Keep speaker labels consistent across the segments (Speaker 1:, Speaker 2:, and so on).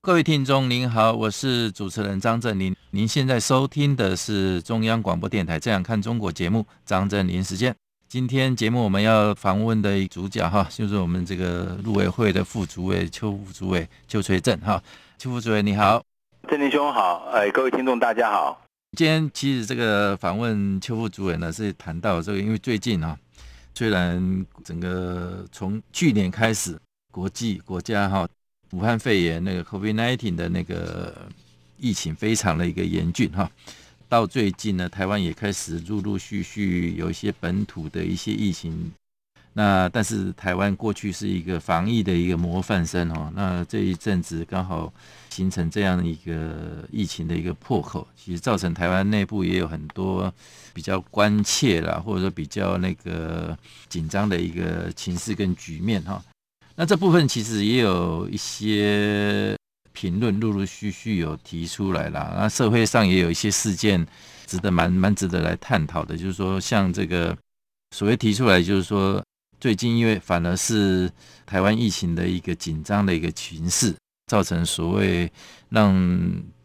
Speaker 1: 各位听众您好，我是主持人张振林。您现在收听的是中央广播电台《这样看中国》节目，张振林时间。今天节目我们要访问的主角哈，就是我们这个陆委会的副主委邱副主委邱垂正哈。邱副主委你好，
Speaker 2: 振林兄好，哎，各位听众大家好。
Speaker 1: 今天其实这个访问邱副主委呢，是谈到这个，因为最近啊，虽然整个从去年开始，国际国家哈、武汉肺炎那个 COVID-19 的那个疫情非常的一个严峻哈。到最近呢，台湾也开始陆陆续续有一些本土的一些疫情。那但是台湾过去是一个防疫的一个模范生哦，那这一阵子刚好形成这样一个疫情的一个破口，其实造成台湾内部也有很多比较关切啦，或者说比较那个紧张的一个情势跟局面哈、那这部分其实也有一些评论陆陆续续有提出来啦，那社会上也有一些事件值得蛮蛮值得来探讨的，就是说像这个所谓提出来，就是说最近因为反而是台湾疫情的一个紧张的一个情势，造成所谓让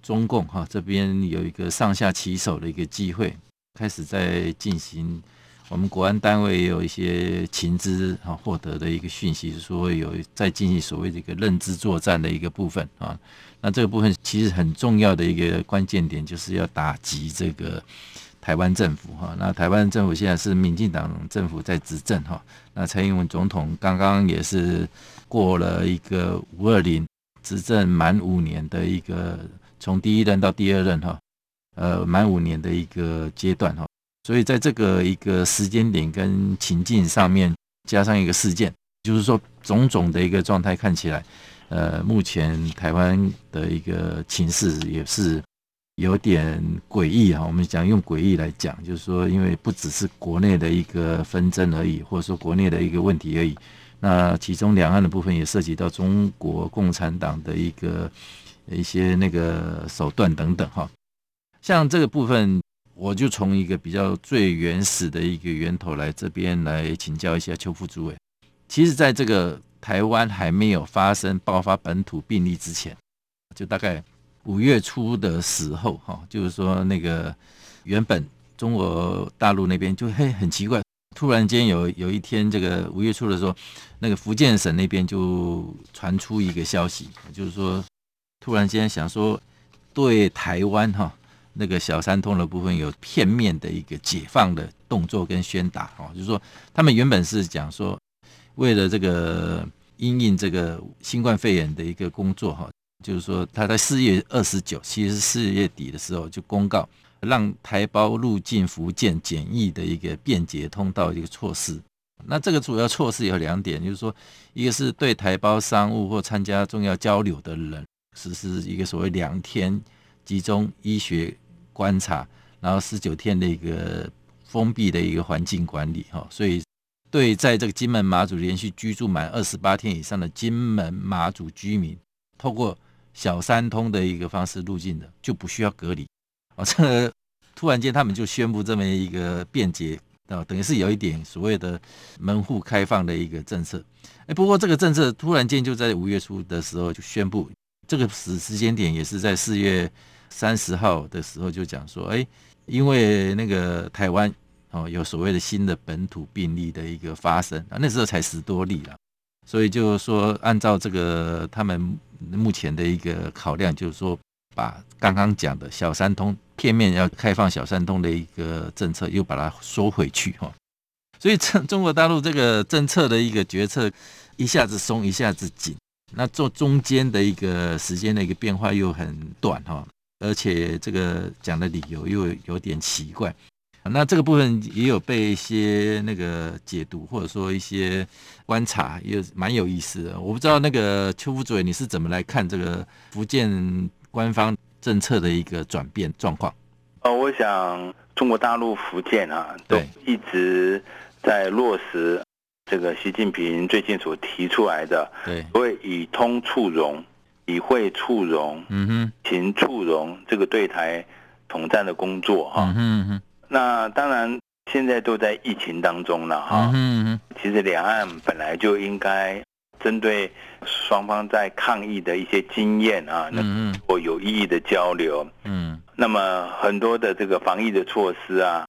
Speaker 1: 中共哈这边有一个上下其手的一个机会，开始在进行我们国安单位也有一些情资啊获得的一个讯息，是说有在进行所谓的一个认知作战的一个部分啊。那这个部分其实很重要的一个关键点，就是要打击这个台湾政府哈。那台湾政府现在是民进党政府在执政哈。那蔡英文总统刚刚也是过了一个五二零执政满五年的一个，从第一任到第二任哈，呃，满五年的一个阶段哈。所以在这个一个时间点跟情境上面，加上一个事件，就是说种种的一个状态看起来，呃，目前台湾的一个情势也是有点诡异哈。我们讲用诡异来讲，就是说，因为不只是国内的一个纷争而已，或者说国内的一个问题而已，那其中两岸的部分也涉及到中国共产党的一个一些那个手段等等哈。像这个部分，我就从一个比较最原始的一个源头来这边来请教一下邱副主委。其实，在这个台湾还没有发生爆发本土病例之前，就大概五月初的时候，哈，就是说那个原本中国大陆那边就嘿很奇怪，突然间有有一天，这个五月初的时候，那个福建省那边就传出一个消息，就是说突然间想说对台湾哈那个小三通的部分有片面的一个解放的动作跟宣达哦，就是说他们原本是讲说为了这个因应这个新冠肺炎的一个工作哈，就是说他在四月二十九，其实是四月底的时候就公告，让台胞入境福建简易的一个便捷通道一个措施。那这个主要措施有两点，就是说，一个是对台胞商务或参加重要交流的人实施一个所谓两天集中医学观察，然后十九天的一个封闭的一个环境管理哈，所以对在这个金门马祖连续居住满二十八天以上的金门马祖居民，透过小三通的一个方式入境的，就不需要隔离。哦，这个突然间他们就宣布这么一个便捷啊，等于是有一点所谓的门户开放的一个政策。哎，不过这个政策突然间就在五月初的时候就宣布，这个时时间点也是在四月三十号的时候就讲说，哎，因为那个台湾哦有所谓的新的本土病例的一个发生啊，那时候才十多例啦，所以就是说按照这个他们目前的一个考量，就是说把刚刚讲的小三通片面要开放小三通的一个政策，又把它缩回去哈、哦。所以中中国大陆这个政策的一个决策一下子松一下子紧，那做中间的一个时间的一个变化又很短哈、哦，而且这个讲的理由又有点奇怪。那这个部分也有被一些那个解读，或者说一些观察，也蛮有意思的。我不知道那个邱副主任你是怎么来看这个福建官方政策的一个转变状况？
Speaker 2: 呃，我想中国大陆福建啊，都
Speaker 1: 对
Speaker 2: 一直在落实这个习近平最近所提出来的
Speaker 1: 对，
Speaker 2: 所谓以通促融、以惠促融、
Speaker 1: 嗯哼，
Speaker 2: 情促融这个对台统战的工作哈、
Speaker 1: 嗯哼嗯哼，
Speaker 2: 那当然，现在都在疫情当中了哈、
Speaker 1: 嗯哼嗯哼，
Speaker 2: 其实两岸本来就应该针对双方在抗疫的一些经验啊，那
Speaker 1: 嗯哼
Speaker 2: 做有意义的交流。
Speaker 1: 嗯
Speaker 2: 那么很多的这个防疫的措施啊，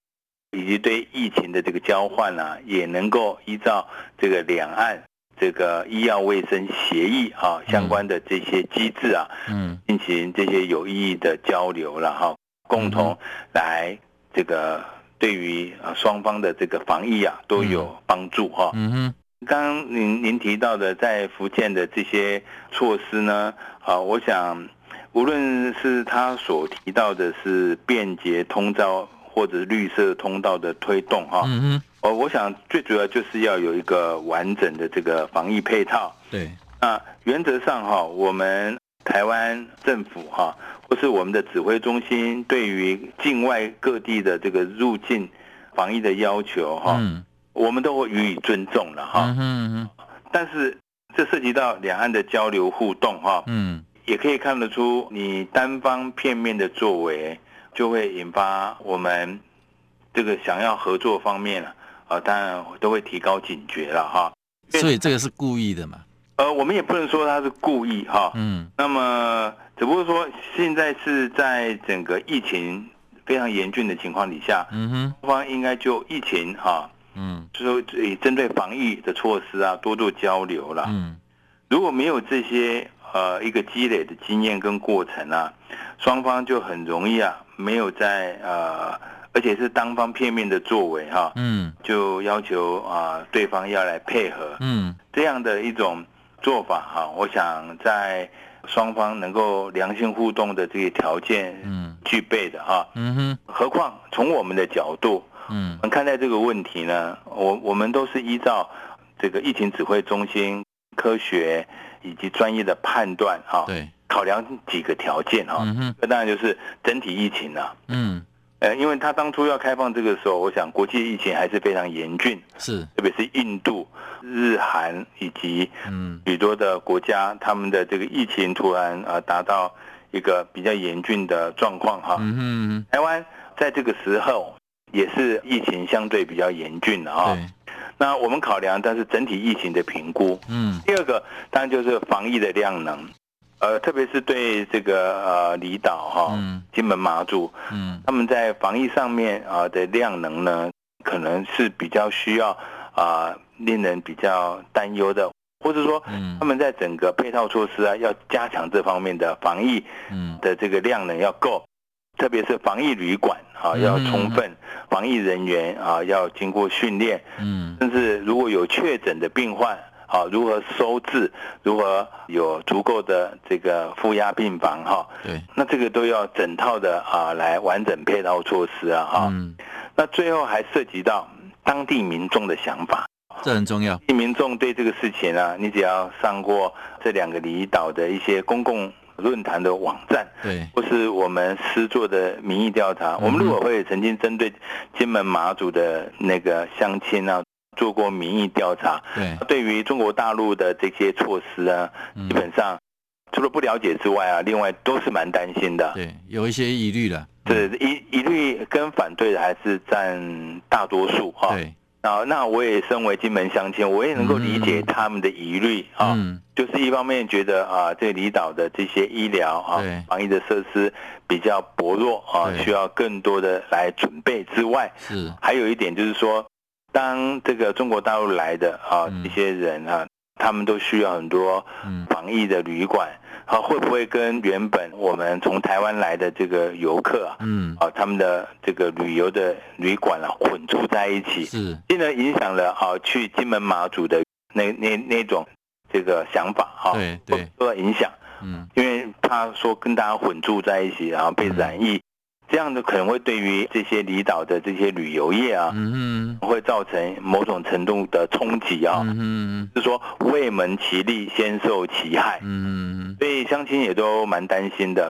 Speaker 2: 以及对疫情的这个交换啊，也能够依照这个两岸这个医药卫生协议啊相关的这些机制啊，
Speaker 1: 嗯
Speaker 2: 进行这些有意义的交流了哈，共同来这个对于啊双方的这个防疫啊都有帮助哈。
Speaker 1: 嗯哼，
Speaker 2: 刚刚您您提到的在福建的这些措施呢，啊，我想无论是他所提到的是便捷通道或者绿色通道的推动哈，
Speaker 1: 嗯哼，
Speaker 2: 哦，我想最主要就是要有一个完整的这个防疫配套。
Speaker 1: 对，
Speaker 2: 那原则上哈，我们台湾政府哈，或是我们的指挥中心对于境外各地的这个入境防疫的要求哈，
Speaker 1: 嗯
Speaker 2: 我们都会予以尊重了哈。
Speaker 1: 嗯哼嗯哼
Speaker 2: 但是这涉及到两岸的交流互动哈，
Speaker 1: 嗯
Speaker 2: 也可以看得出你单方片面的作为，就会引发我们这个想要合作方面啊，啊，当然都会提高警觉了哈。
Speaker 1: 所以这个是故意的嘛，
Speaker 2: 呃，我们也不能说他是故意哈，
Speaker 1: 嗯
Speaker 2: 那么，只不过说现在是在整个疫情非常严峻的情况底下，
Speaker 1: 嗯哼
Speaker 2: 双方应该就疫情哈、
Speaker 1: 嗯
Speaker 2: 就说以针对防疫的措施啊，多做交流啦。
Speaker 1: 嗯
Speaker 2: 如果没有这些呃一个积累的经验跟过程啊，双方就很容易啊，没有在呃，而且是单方片面的作为哈、
Speaker 1: 嗯
Speaker 2: 就要求啊、对方要来配合。
Speaker 1: 嗯
Speaker 2: 这样的一种做法哈、我想在双方能够良性互动的这些条件
Speaker 1: 嗯
Speaker 2: 具备的哈、
Speaker 1: 嗯哼
Speaker 2: 何况从我们的角度，
Speaker 1: 嗯
Speaker 2: 我们看待这个问题呢，我我们都是依照这个疫情指挥中心科学以及专业的判断哈、
Speaker 1: 对，
Speaker 2: 考量几个条件哈、
Speaker 1: 嗯哼
Speaker 2: 那当然就是整体疫情了、
Speaker 1: 嗯
Speaker 2: 呃，因为他当初要开放这个时候，我想国际疫情还是非常严峻，
Speaker 1: 是
Speaker 2: 特别是印度、日韩以及
Speaker 1: 嗯
Speaker 2: 许多的国家，他们的这个疫情突然呃达到一个比较严峻的状况哈。
Speaker 1: 嗯哼
Speaker 2: 台湾在这个时候也是疫情相对比较严峻的啊。
Speaker 1: 对，
Speaker 2: 那我们考量，但是整体疫情的评估，
Speaker 1: 嗯
Speaker 2: 第二个当然就是防疫的量能，呃，特别是对这个呃离岛哈、
Speaker 1: 嗯
Speaker 2: 金门、马祖，
Speaker 1: 嗯
Speaker 2: 他们在防疫上面啊、呃的量能呢，可能是比较需要啊、呃令人比较担忧的，或者说
Speaker 1: 嗯
Speaker 2: 他们在整个配套措施啊，要加强这方面的防疫
Speaker 1: 嗯
Speaker 2: 的这个量能要够，特别是防疫旅馆啊
Speaker 1: 嗯
Speaker 2: 要充分，防疫人员啊要经过训练，
Speaker 1: 嗯
Speaker 2: 甚至如果有确诊的病患啊，如何收治，如何有足够的这个负压病房哈、
Speaker 1: 对，
Speaker 2: 那这个都要整套的啊来完整配套措施啊哈、
Speaker 1: 嗯
Speaker 2: 那最后还涉及到当地民众的想法。
Speaker 1: 这很重要，
Speaker 2: 地民众对这个事情啊，你只要上过这两个离岛的一些公共论坛的网站，
Speaker 1: 对，
Speaker 2: 或是我们师做的民意调查，我们陆委会也曾经针对金门马祖的那个乡亲啊，做过民意调查。
Speaker 1: 对，
Speaker 2: 对于中国大陆的这些措施啊，
Speaker 1: 嗯
Speaker 2: 基本上除了不了解之外啊，另外都是蛮担心的。
Speaker 1: 对，有一些疑虑嗯了，
Speaker 2: 这一一律跟反对的还是占大多数哈、
Speaker 1: 对，
Speaker 2: 啊，那我也身为金门乡亲，我也能够理解
Speaker 1: 嗯
Speaker 2: 他们的疑虑啊。
Speaker 1: 嗯
Speaker 2: 就是一方面觉得啊，这离岛的这些医疗啊
Speaker 1: 对、
Speaker 2: 防疫的设施比较薄弱啊，
Speaker 1: 对
Speaker 2: 需要更多的来准备之外，
Speaker 1: 是，
Speaker 2: 还有一点就是说，当这个中国大陆来的啊
Speaker 1: 嗯
Speaker 2: 这些人啊，他们都需要很多
Speaker 1: 嗯
Speaker 2: 防疫的旅馆，啊，会不会跟原本我们从台湾来的这个游客啊，
Speaker 1: 嗯
Speaker 2: 啊他们的这个旅游的旅馆啊混住在一起？
Speaker 1: 是，
Speaker 2: 进而影响了啊去金门马祖的那那那种这个想法哈、
Speaker 1: 对对
Speaker 2: 受到影响，
Speaker 1: 嗯
Speaker 2: 因为怕说跟大家混住在一起，然后被染疫，这样的可能会对于这些离岛的这些旅游业啊，
Speaker 1: 嗯哼
Speaker 2: 会造成某种程度的冲击啊，
Speaker 1: 嗯哼
Speaker 2: 是说未闻其利先受其害，
Speaker 1: 嗯哼
Speaker 2: 所以乡亲也都蛮担心的。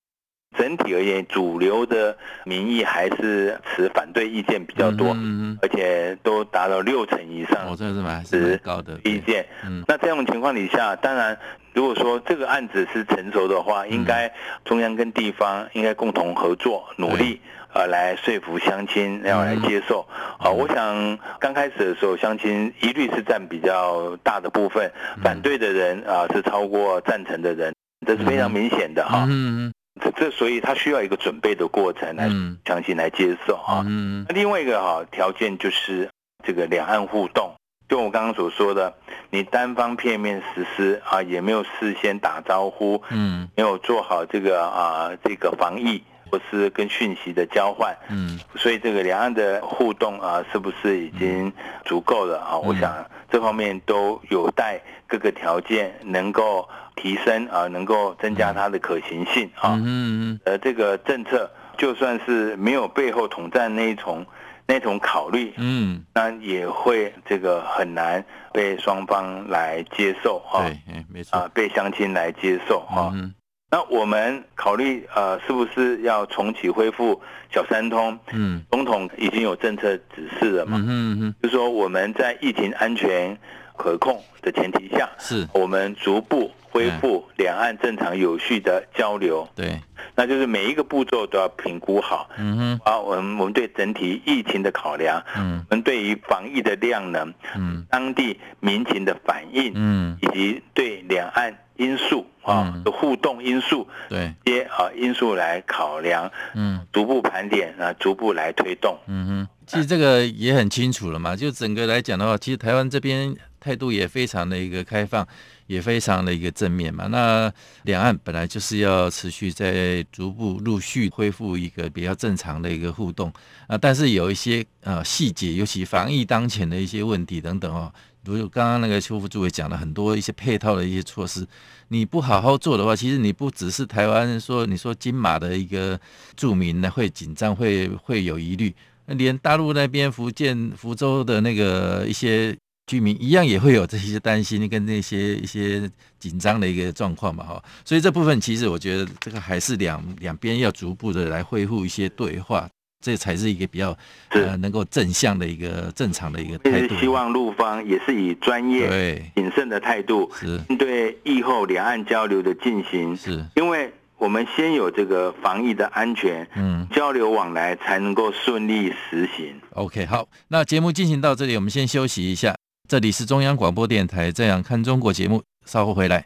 Speaker 2: 整体而言，主流的民意还是持反对意见比较多，嗯
Speaker 1: 嗯
Speaker 2: 而且都达到六成以
Speaker 1: 哼，
Speaker 2: 上
Speaker 1: 我、哦、这个是蛮还是蛮高的，
Speaker 2: 意
Speaker 1: 对
Speaker 2: 见。
Speaker 1: 嗯
Speaker 2: 那这种情况底下，当然，如果说这个案子是成熟的
Speaker 1: 嗯
Speaker 2: 话，应该中央跟地方应该共同合作，努力呃来说服乡亲要来接受。
Speaker 1: 嗯
Speaker 2: 好、我想刚开始的时候，乡亲一律是占比较大的部分，
Speaker 1: 嗯
Speaker 2: 反对的人啊、是超过赞成的人，这是非常明显的哈。
Speaker 1: 嗯
Speaker 2: 这这所以他需要一个准备的过程来
Speaker 1: 嗯
Speaker 2: 乡亲来接受啊。
Speaker 1: 嗯嗯
Speaker 2: 那另外一个哈、条件就是这个两岸互动，就我刚刚所说的，你单方片面实施啊，也没有事先打招呼，
Speaker 1: 嗯
Speaker 2: 没有做好这个啊这个防疫或是跟讯息的交换，
Speaker 1: 嗯
Speaker 2: 所以这个两岸的互动啊，是不是已经足够了啊？我想这方面都有待各个条件能够提升啊，能够增加它的可行性啊。
Speaker 1: 嗯
Speaker 2: 呃，这个政策就算是没有背后统战那一重那种考虑，
Speaker 1: 嗯，
Speaker 2: 那也会这个很难被双方来接受哈，
Speaker 1: 对，哎，没
Speaker 2: 啊、
Speaker 1: 错，
Speaker 2: 被乡亲来接受哈。
Speaker 1: 嗯
Speaker 2: 那我们考虑呃，是不是要重启恢复小三通？
Speaker 1: 嗯
Speaker 2: 总统已经有政策指示了嘛，
Speaker 1: 嗯嗯，
Speaker 2: 就是说我们在疫情安全可控的前提下，
Speaker 1: 是
Speaker 2: 我们逐步恢复两岸正常有序的交流，
Speaker 1: 对，
Speaker 2: 那就是每一个步骤都要评估好。
Speaker 1: 嗯哼
Speaker 2: 啊，我们我们对整体疫情的考量，
Speaker 1: 嗯
Speaker 2: 我们对于防疫的量能、
Speaker 1: 嗯
Speaker 2: 当地民情的反应，
Speaker 1: 嗯，
Speaker 2: 以及对两岸因素啊
Speaker 1: 嗯
Speaker 2: 的互动因素
Speaker 1: 对，
Speaker 2: 这些啊因素来考量，
Speaker 1: 嗯。
Speaker 2: 逐步盘点啊，逐步来推动。
Speaker 1: 嗯哼，其实这个也很清楚了嘛。就整个来讲的话，其实台湾这边态度也非常的一个开放，也非常的一个正面嘛。那两岸本来就是要持续在逐步陆续恢复一个比较正常的一个互动啊、但是有一些呃细节，尤其防疫当前的一些问题等等哦。如刚刚那个邱副主委讲了很多一些配套的一些措施，你不好好做的话，其实你不只是台湾说你说金马的一个著名呢会紧张，会会有疑虑，那连大陆那边福建福州的那个一些居民一样也会有这些担心跟那些一些紧张的一个状况嘛哈。所以这部分其实我觉得这个还是两两边要逐步的来恢复一些对话。这才是一个比较呃
Speaker 2: 是
Speaker 1: 能够正向的一个正常的一个
Speaker 2: 但
Speaker 1: 态
Speaker 2: 是
Speaker 1: 度。
Speaker 2: 希望陆方也是以专业、
Speaker 1: 嗯对
Speaker 2: 谨慎的态度，
Speaker 1: 是
Speaker 2: 应对疫后两岸交流的进行，
Speaker 1: 是
Speaker 2: 因为我们先有这个防疫的安全，
Speaker 1: 嗯
Speaker 2: 交流往来才能够顺利实行。
Speaker 1: OK，好，那节目进行到这里，我们先休息一下。这里是中央广播电台《这样看中国》节目，稍后回来。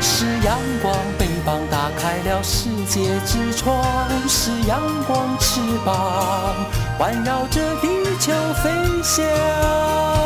Speaker 3: 是阳光，翅膀打开了世界之窗；是阳光，翅膀环绕着地球飞翔。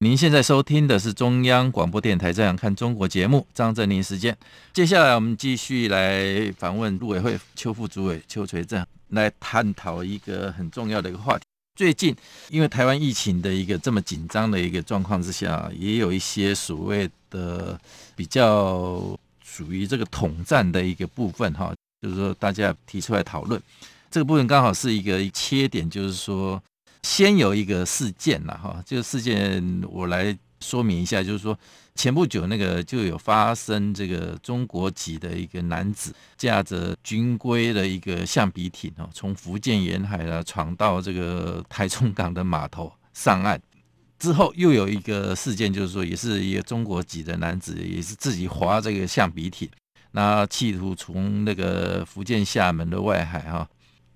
Speaker 1: 您现在收听的是中央广播电台《这样看中国》节目，张振林时间。接下来我们继续来访问陆委会邱副主委邱垂正，来探讨一个很重要的一个话题。最近因为台湾疫情的一个这么紧张的一个状况之下，也有一些所谓的比较属于这个统战的一个部分哈，就是说大家提出来讨论。这个部分刚好是一个切点，就是说先有一个事件了哈，这个事件我来说明一下，就是说前不久那个就有发生这个中国籍的一个男子驾着军规的一个橡皮艇哦，从福建沿海啊闯到这个台中港的码头上岸。之后又有一个事件，就是说也是一个中国籍的男子，也是自己划这个橡皮艇，那企图从那个福建厦门的外海哈、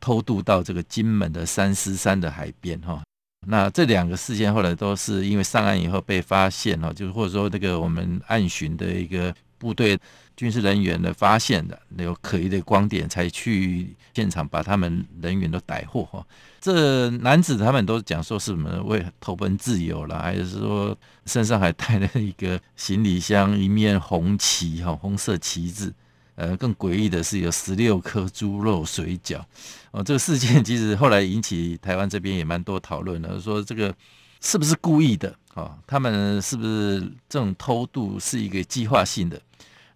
Speaker 1: 偷渡到这个金门的三狮山的海边哈、那这两个事件后来都是因为上岸以后被发现哦，就是或者说那个我们岸巡的一个部队军事人员的发现的有可疑的光点，才去现场把他们人员都逮获哈。这男子他们都讲说是什么为投奔自由了，还是说身上还带了一个行李箱，一面红旗哈，红色旗帜。呃，更诡异的是有十六颗猪肉水饺，哦，这个事件其实后来引起台湾这边也蛮多讨论的，说这个是不是故意的？哦，他们是不是这种偷渡是一个计划性的？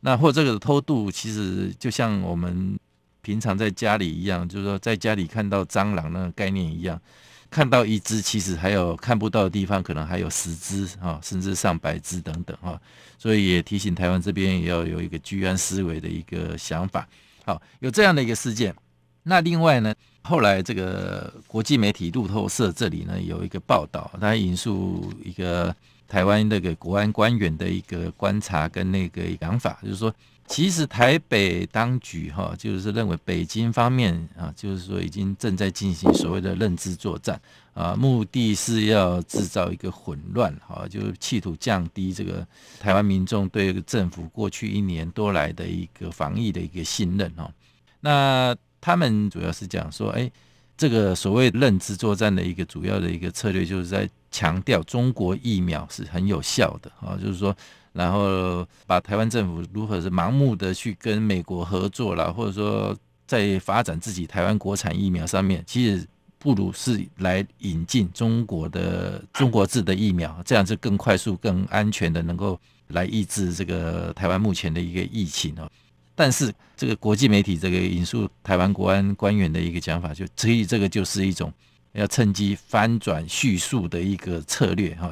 Speaker 1: 那或这个偷渡其实就像我们平常在家里一样，就是说在家里看到蟑螂那个概念一样，看到一只其实还有看不到的地方，可能还有十只啊、哦甚至上百只等等啊、哦所以也提醒台湾这边也要有一个居安思危的一个想法。好，有这样的一个事件。那另外呢，后来这个国际媒体路透社这里呢有一个报道，它引述一个台湾那个国安官员的一个观察跟那个讲法，就是说，其实台北当局哈、就是认为北京方面啊，就是说已经正在进行所谓的认知作战啊，目的是要制造一个混乱哈、就是企图降低这个台湾民众对政府过去一年多来的一个防疫的一个信任哦。那他们主要是讲说，哎，这个所谓认知作战的一个主要的一个策略，就是在强调中国疫苗是很有效的啊、就是说，然后把台湾政府如何是盲目的去跟美国合作啦，或者说在发展自己台湾国产疫苗上面，其实不如是来引进中国的中国制的疫苗，这样是更快速、更安全的，能够来抑制这个台湾目前的一个疫情哦。但是这个国际媒体这个引述台湾国安官员的一个讲法，就所以这个就是一种要趁机翻转叙述的一个策略哈，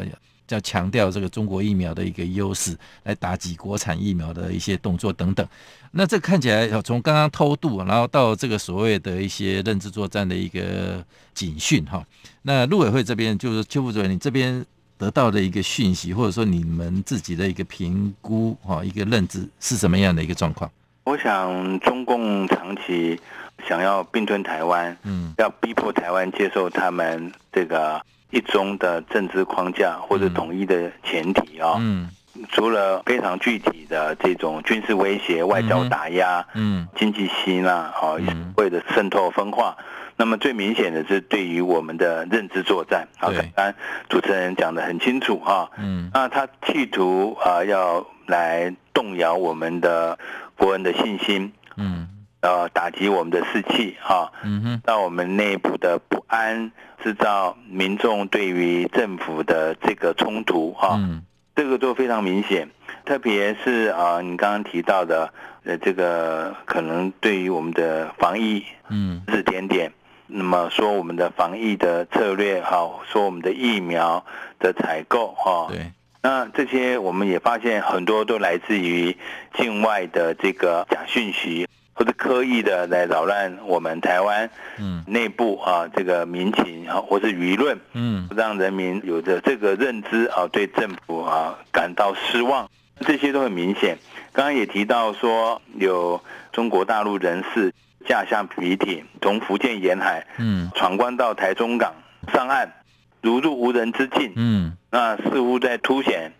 Speaker 1: 要强调这个中国疫苗的一个优势，来打击国产疫苗的一些动作等等。那这看起来呃从刚刚偷渡，然后到这个所谓的一些认知作战的一个警讯哈，那陆委会这边就是邱副主任，你这边得到的一个讯息，或者说你们自己的一个评估哈，一个认知是什么样的一个状况？
Speaker 2: 我想，中共长期想要并吞台湾，
Speaker 1: 嗯
Speaker 2: 要逼迫台湾接受他们这个一中的政治框架或者
Speaker 1: 嗯
Speaker 2: 统一的前提啊、
Speaker 1: 嗯
Speaker 2: 除了非常具体的这种军事威胁、外交打压、
Speaker 1: 嗯
Speaker 2: 经济吸纳、哦
Speaker 1: 嗯
Speaker 2: 为了渗透分化，那么最明显的是对于我们的认知作战啊。
Speaker 1: 对
Speaker 2: 刚刚主持人讲得很清楚哈、
Speaker 1: 嗯
Speaker 2: 那他企图啊、呃要来动摇我们的国人的信心，
Speaker 1: 嗯
Speaker 2: 呃，打击我们的士气啊，
Speaker 1: 嗯哼
Speaker 2: 让我们内部的不安，制造民众对于政府的这个冲突啊。
Speaker 1: 嗯
Speaker 2: 这个都非常明显，特别是啊、呃你刚刚提到的，呃，这个可能对于我们的防疫
Speaker 1: 嗯
Speaker 2: 指指点点，那么说我们的防疫的策略哈、说我们的疫苗的采购哈、
Speaker 1: 对
Speaker 2: 那这些我们也发现很多都来自于境外的这个假讯息，或者刻意的来扰乱我们台湾
Speaker 1: 嗯
Speaker 2: 内部啊这个民情啊，或是舆论。
Speaker 1: 嗯
Speaker 2: 让人民有着这个认知啊，对政府啊感到失望，这些都很明显。刚刚也提到说，有中国大陆人士驾橡皮艇从福建沿海
Speaker 1: 嗯
Speaker 2: 闯关到台中港上岸，如入无人之境，
Speaker 1: 嗯
Speaker 2: 那似乎在凸显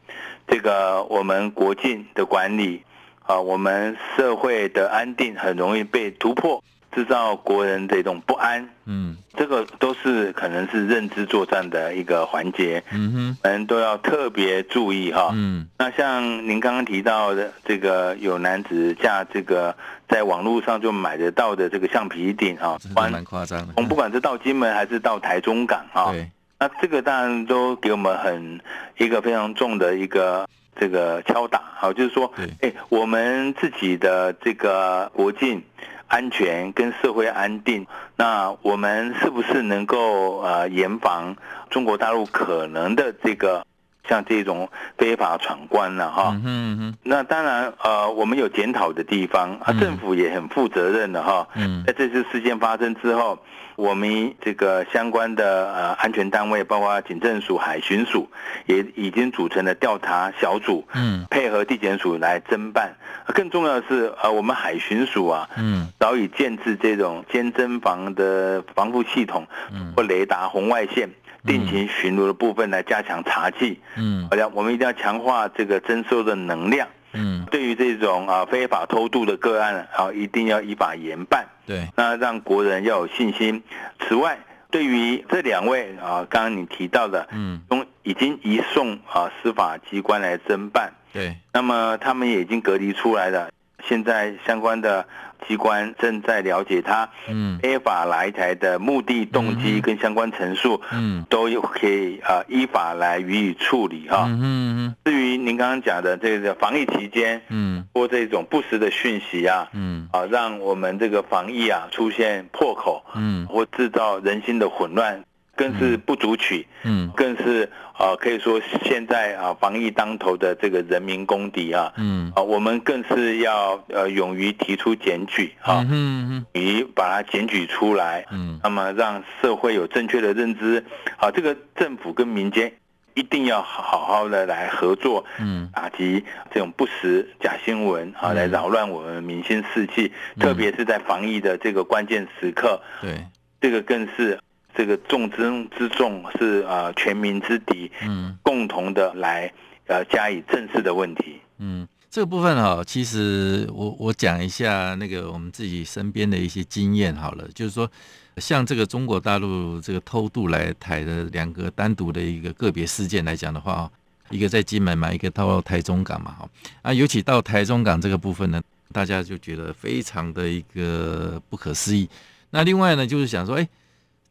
Speaker 2: 这个我们国境的管理啊，我们社会的安定很容易被突破，制造国人的一种不安。
Speaker 1: 嗯
Speaker 2: 这个都是可能是认知作战的一个环节，
Speaker 1: 嗯哼
Speaker 2: 我们都要特别注意哈。
Speaker 1: 嗯
Speaker 2: 那像您刚刚提到的这个有男子驾这个在网络上就买得到的这个橡皮艇哈，
Speaker 1: 真的蛮
Speaker 2: 关
Speaker 1: 夸张的。
Speaker 2: 从不管是到金门还是到台中港哈，
Speaker 1: 对
Speaker 2: 那这个当然都给我们很一个非常重的一个这个敲打哈，就是说
Speaker 1: 对，
Speaker 2: 哎，我们自己的这个国境安全跟社会安定，那我们是不是能够呃严防中国大陆可能的这个像这种非法闯关了、哈、
Speaker 1: 嗯哼嗯哼
Speaker 2: 那当然，呃，我们有检讨的地方啊，
Speaker 1: 嗯
Speaker 2: 政府也很负责任的哈。
Speaker 1: 嗯
Speaker 2: 在这次事件发生之后，我们这个相关的呃安全单位，包括警政署、海巡署，也已经组成了调查小组，
Speaker 1: 嗯
Speaker 2: 配合地检署来侦办。啊更重要的是，呃，我们海巡署啊，
Speaker 1: 嗯
Speaker 2: 早已建制这种监侦房的防护系统
Speaker 1: 嗯
Speaker 2: 或雷达、红外线。定期巡逻的部分来加强查缉，
Speaker 1: 嗯
Speaker 2: 好像我们一定要强化这个征收的能量。
Speaker 1: 嗯，
Speaker 2: 对于这种啊非法偷渡的个案啊，一定要依法严办，
Speaker 1: 对，
Speaker 2: 那让国人要有信心。此外，对于这两位啊，刚刚你提到的，
Speaker 1: 嗯
Speaker 2: 中已经移送啊司法机关来侦办，
Speaker 1: 对，
Speaker 2: 那么他们也已经隔离出来了。现在相关的机关正在了解他
Speaker 1: 嗯
Speaker 2: 非法来台的目的、动
Speaker 1: 嗯嗯
Speaker 2: 机跟相关陈述，
Speaker 1: 嗯
Speaker 2: 都有可以啊依法来予以处理哈、
Speaker 1: 嗯嗯
Speaker 2: 至于您刚刚讲的这个防疫期间，
Speaker 1: 嗯
Speaker 2: 播这种不实的讯息啊，
Speaker 1: 嗯
Speaker 2: 啊，让我们这个防疫啊出现破口，
Speaker 1: 嗯
Speaker 2: 或制造人心的混乱，更是不足取，
Speaker 1: 嗯
Speaker 2: 更是啊，可以说现在啊防疫当头的这个人民公敌啊，
Speaker 1: 嗯，
Speaker 2: 啊，我们更是要呃勇于提出检举啊
Speaker 1: 嗯，嗯
Speaker 2: 勇于把它检举出来，
Speaker 1: 嗯
Speaker 2: 那么让社会有正确的认知啊，这个政府跟民间一定要好好的来合作，
Speaker 1: 嗯
Speaker 2: 打击这种不实假新闻啊，
Speaker 1: 嗯
Speaker 2: 来扰乱我们民心士气，
Speaker 1: 嗯
Speaker 2: 特别是在防疫的这个关键时刻，
Speaker 1: 对，
Speaker 2: 这个更是这个重中之重，是呃全民之敌，
Speaker 1: 嗯。
Speaker 2: 共同的来呃加以正视的问题。
Speaker 1: 嗯，这个部分哈、其实我我讲一下那个我们自己身边的一些经验好了，就是说，像这个中国大陆这个偷渡来台的两个单独的一个个别事件来讲的话、哦，一个在金门嘛，一个到台中港嘛，哈、啊，尤其到台中港这个部分呢，大家就觉得非常的一个不可思议。那另外呢，就是想说，哎，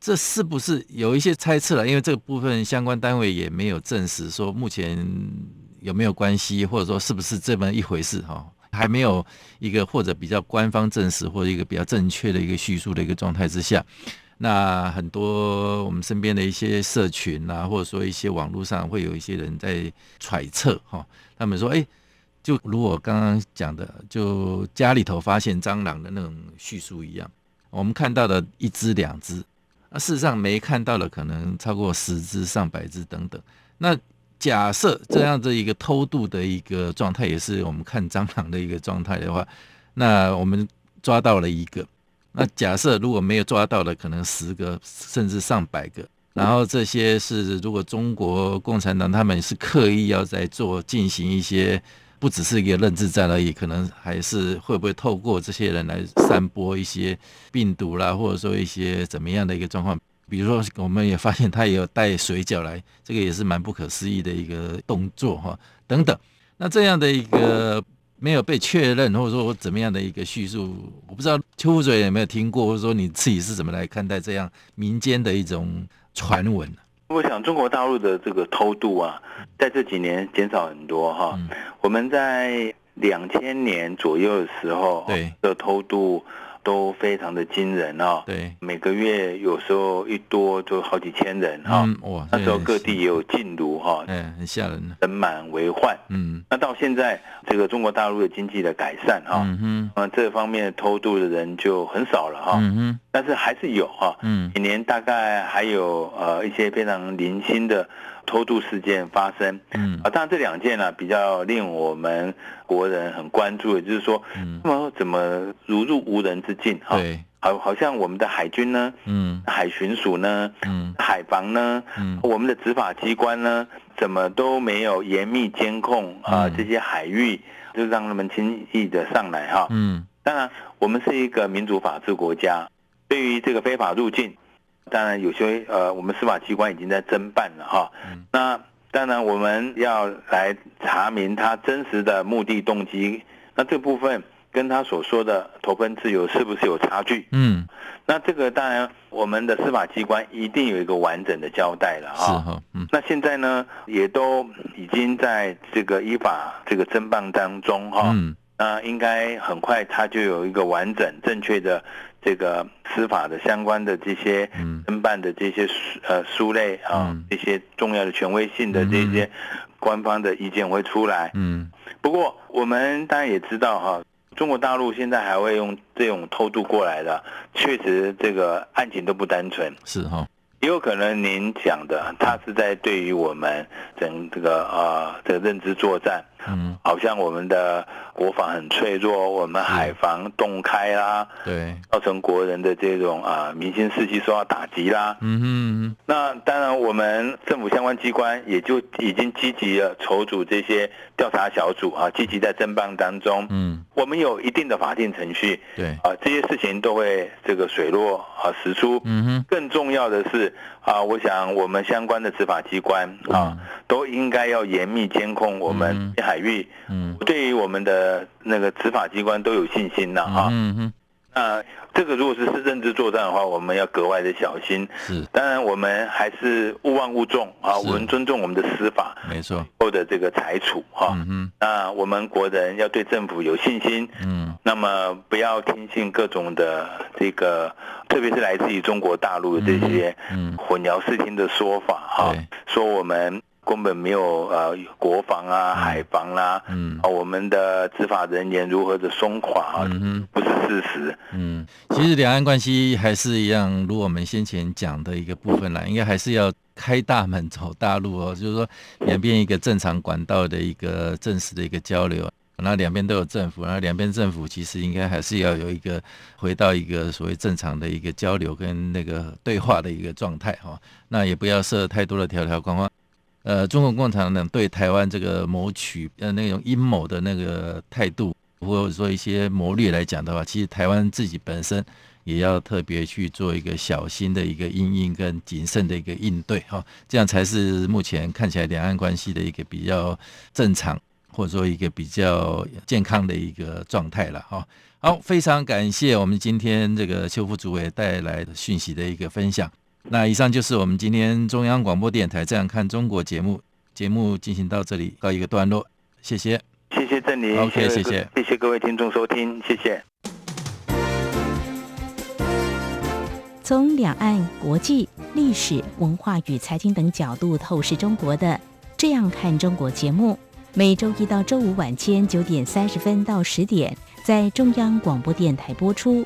Speaker 1: 这是不是有一些猜测了？因为这个部分相关单位也没有证实说目前有没有关系，或者说是不是这么一回事哈、还没有一个或者比较官方证实或者一个比较正确的一个叙述的一个状态之下，那很多我们身边的一些社群啊，或者说一些网络上会有一些人在揣测哈、他们说，哎，就如我刚刚讲的，就家里头发现蟑螂的那种叙述一样，我们看到的一只两只，啊，事实上没看到的可能超过十只、上百只等等。那假设这样的一个偷渡的一个状态，也是我们看蟑螂的一个状态的话，那我们抓到了一个，那假设如果没有抓到的，可能十个甚至上百个。然后这些是如果中国共产党他们是刻意要在做进行一些不只是一个认知战而已，可能还是会不会透过这些人来散播一些病毒啦，或者说一些怎么样的一个状况。比如说，我们也发现他也有带水饺来，这个也是蛮不可思议的一个动作哈，等等。那这样的一个没有被确认，或者说怎么样的一个叙述，我不知道邱副主任有没有听过，或者说你自己是怎么来看待这样民间的一种传闻？
Speaker 2: 我想中国大陆的这个偷渡啊，在这几年减少很多哈。
Speaker 1: 嗯
Speaker 2: 我们在两千年左右的时候，
Speaker 1: 对
Speaker 2: 的偷渡都非常的惊人哦。
Speaker 1: 对，
Speaker 2: 每个月有时候一多就好几千人哈、
Speaker 1: 嗯，哇，
Speaker 2: 那时
Speaker 1: 这
Speaker 2: 候
Speaker 1: 个
Speaker 2: 各地也有禁毒哈，
Speaker 1: 嗯很吓人的，
Speaker 2: 人满为患。
Speaker 1: 嗯
Speaker 2: 那到现在，这个中国大陆的经济的改善哈，
Speaker 1: 嗯哼
Speaker 2: 嗯，这方面偷渡的人就很少了哈，
Speaker 1: 嗯哼
Speaker 2: 但是还是有哈，
Speaker 1: 嗯
Speaker 2: 每年大概还有呃一些非常零星的偷渡事件发生。
Speaker 1: 嗯
Speaker 2: 啊，当然这两件呢、比较令我们国人很关注的，就是说，
Speaker 1: 嗯，
Speaker 2: 那么怎么如入无人之境哈？
Speaker 1: 对，
Speaker 2: 好，好像我们的海军呢，
Speaker 1: 嗯
Speaker 2: 海巡署呢，
Speaker 1: 嗯
Speaker 2: 海防呢，
Speaker 1: 嗯
Speaker 2: 我们的执法机关呢，怎么都没有严密监控啊、
Speaker 1: 嗯
Speaker 2: 这些海域，就让他们轻易的上来哈。
Speaker 1: 嗯
Speaker 2: 当然，我们是一个民主法治国家，对于这个非法入境，当然有些呃，我们司法机关已经在侦办了哈。
Speaker 1: 嗯
Speaker 2: 那当然，我们要来查明他真实的目的动机，那这部分跟他所说的投奔自由是不是有差距？
Speaker 1: 嗯，
Speaker 2: 那这个当然，我们的司法机关一定有一个完整的交代了
Speaker 1: 是
Speaker 2: 哈、
Speaker 1: 哈，嗯
Speaker 2: 那现在呢，也都已经在这个依法这个侦办当中哈、
Speaker 1: 嗯
Speaker 2: 那应该很快它就有一个完整正确的这个司法的相关的这些
Speaker 1: 嗯
Speaker 2: 侦办的这些书呃书类啊
Speaker 1: 嗯，
Speaker 2: 这些重要的权威性的这些官方的意见会出来。
Speaker 1: 嗯
Speaker 2: 不过我们当然也知道哈。中国大陆现在还会用这种偷渡过来的，确实这个案情都不单纯。
Speaker 1: 是哈、
Speaker 2: 也有可能您讲的，他是在对于我们整这个呃的认知作战，
Speaker 1: 嗯
Speaker 2: 好像我们的国防很脆弱，我们海防洞开啦，
Speaker 1: 对，
Speaker 2: 造成国人的这种啊、呃民心士气受到打击啦。
Speaker 1: 嗯哼嗯
Speaker 2: 那当然，我们政府相关机关也就已经积极的筹组这些调查小组啊，积极在侦办当中。
Speaker 1: 嗯
Speaker 2: 我们有一定的法定程序
Speaker 1: 对，
Speaker 2: 啊，这些事情都会这个水落啊石出。
Speaker 1: 嗯哼
Speaker 2: 更重要的是啊，我想我们相关的执法机关啊，都应该要严密监控我们海域。
Speaker 1: 嗯
Speaker 2: 对于我们的那个执法机关都有信心了啊。
Speaker 1: 嗯哼
Speaker 2: 那这个如果是是认知作战的话，我们要格外的小心。
Speaker 1: 是
Speaker 2: 当然，我们还是勿忘勿重啊，
Speaker 1: 是
Speaker 2: 我们尊重我们的司法
Speaker 1: 没错，
Speaker 2: 后的这个裁处哈。
Speaker 1: 嗯哼
Speaker 2: 那我们国人要对政府有信心，
Speaker 1: 嗯
Speaker 2: 那么不要听信各种的这个，特别是来自于中国大陆的这些
Speaker 1: 嗯
Speaker 2: 混淆视听的说法哈、
Speaker 1: 对
Speaker 2: 说我们根本没有呃国防啊、海防啦、啊，
Speaker 1: 嗯
Speaker 2: 我们的执法人员如何的松垮啊，
Speaker 1: 嗯哼。
Speaker 2: 不是事实。
Speaker 1: 嗯，其实两岸关系还是一样，如我们先前讲的一个部分啦，应该还是要开大门走大路哦，就是说两边一个正常管道的一个正式的一个交流，那两边都有政府，然后两边政府其实应该还是要有一个回到一个所谓正常的一个交流跟那个对话的一个状态哈、那也不要设太多的条条框框。呃，中国共产党对台湾这个谋取呃那种阴谋的那个态度，或者说一些谋略来讲的话，其实台湾自己本身也要特别去做一个小心的一个应应跟谨慎的一个应对哈、这样才是目前看起来两岸关系的一个比较正常，或者说一个比较健康的一个状态了哈、好，非常感谢我们今天这个修复主委带来的讯息的一个分享。那以上就是我们今天中央广播电台《这样看中国》节目，节目进行到这里告一个段落，谢谢。
Speaker 2: 谢谢郑林
Speaker 1: OK，
Speaker 2: 谢
Speaker 1: 谢谢
Speaker 2: 谢谢各位听众收听，谢谢。
Speaker 4: 从两岸、国际、历史文化与财经等角度透视中国的《这样看中国》节目，每周一到周五晚间九点三十分到十点在中央广播电台播出。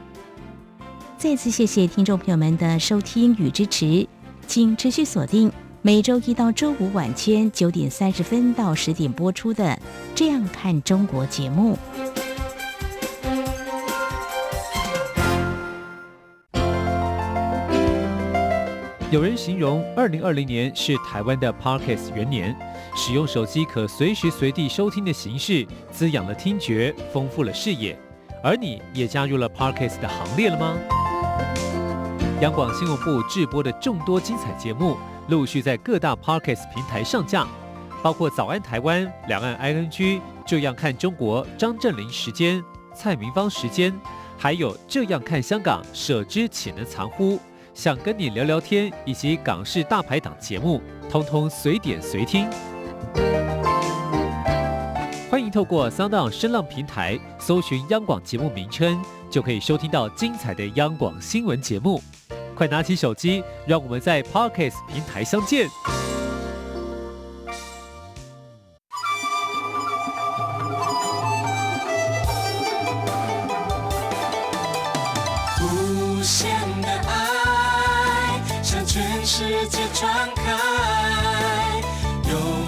Speaker 4: 再次谢谢听众朋友们的收听与支持，请持续锁定每周一到周五晚间九点三十分到十点播出的《这样看中国》节目。
Speaker 5: 有人形容2020年是台湾的 Parkes 元年，使用手机可随时随地收听的形式，滋养了听觉，丰富了视野。而你也加入了 Parkes 的行列了吗？央广新闻部制播的众多精彩节目，陆续在各大 Parkes 平台上架，包括《早安台湾》《两岸 ING》《这样看中国》张振林时间、蔡明芳时间，还有《这样看香港》舍之岂能藏乎？想跟你聊聊天，以及港式大排档节目，通通随点随听。欢迎透过 s o u n d 声浪平台搜寻央广节目名称，就可以收听到精彩的央广新闻节目。快拿起手机，让我们在 Parkes 平台相见。
Speaker 6: 无限的爱向全世界传开，有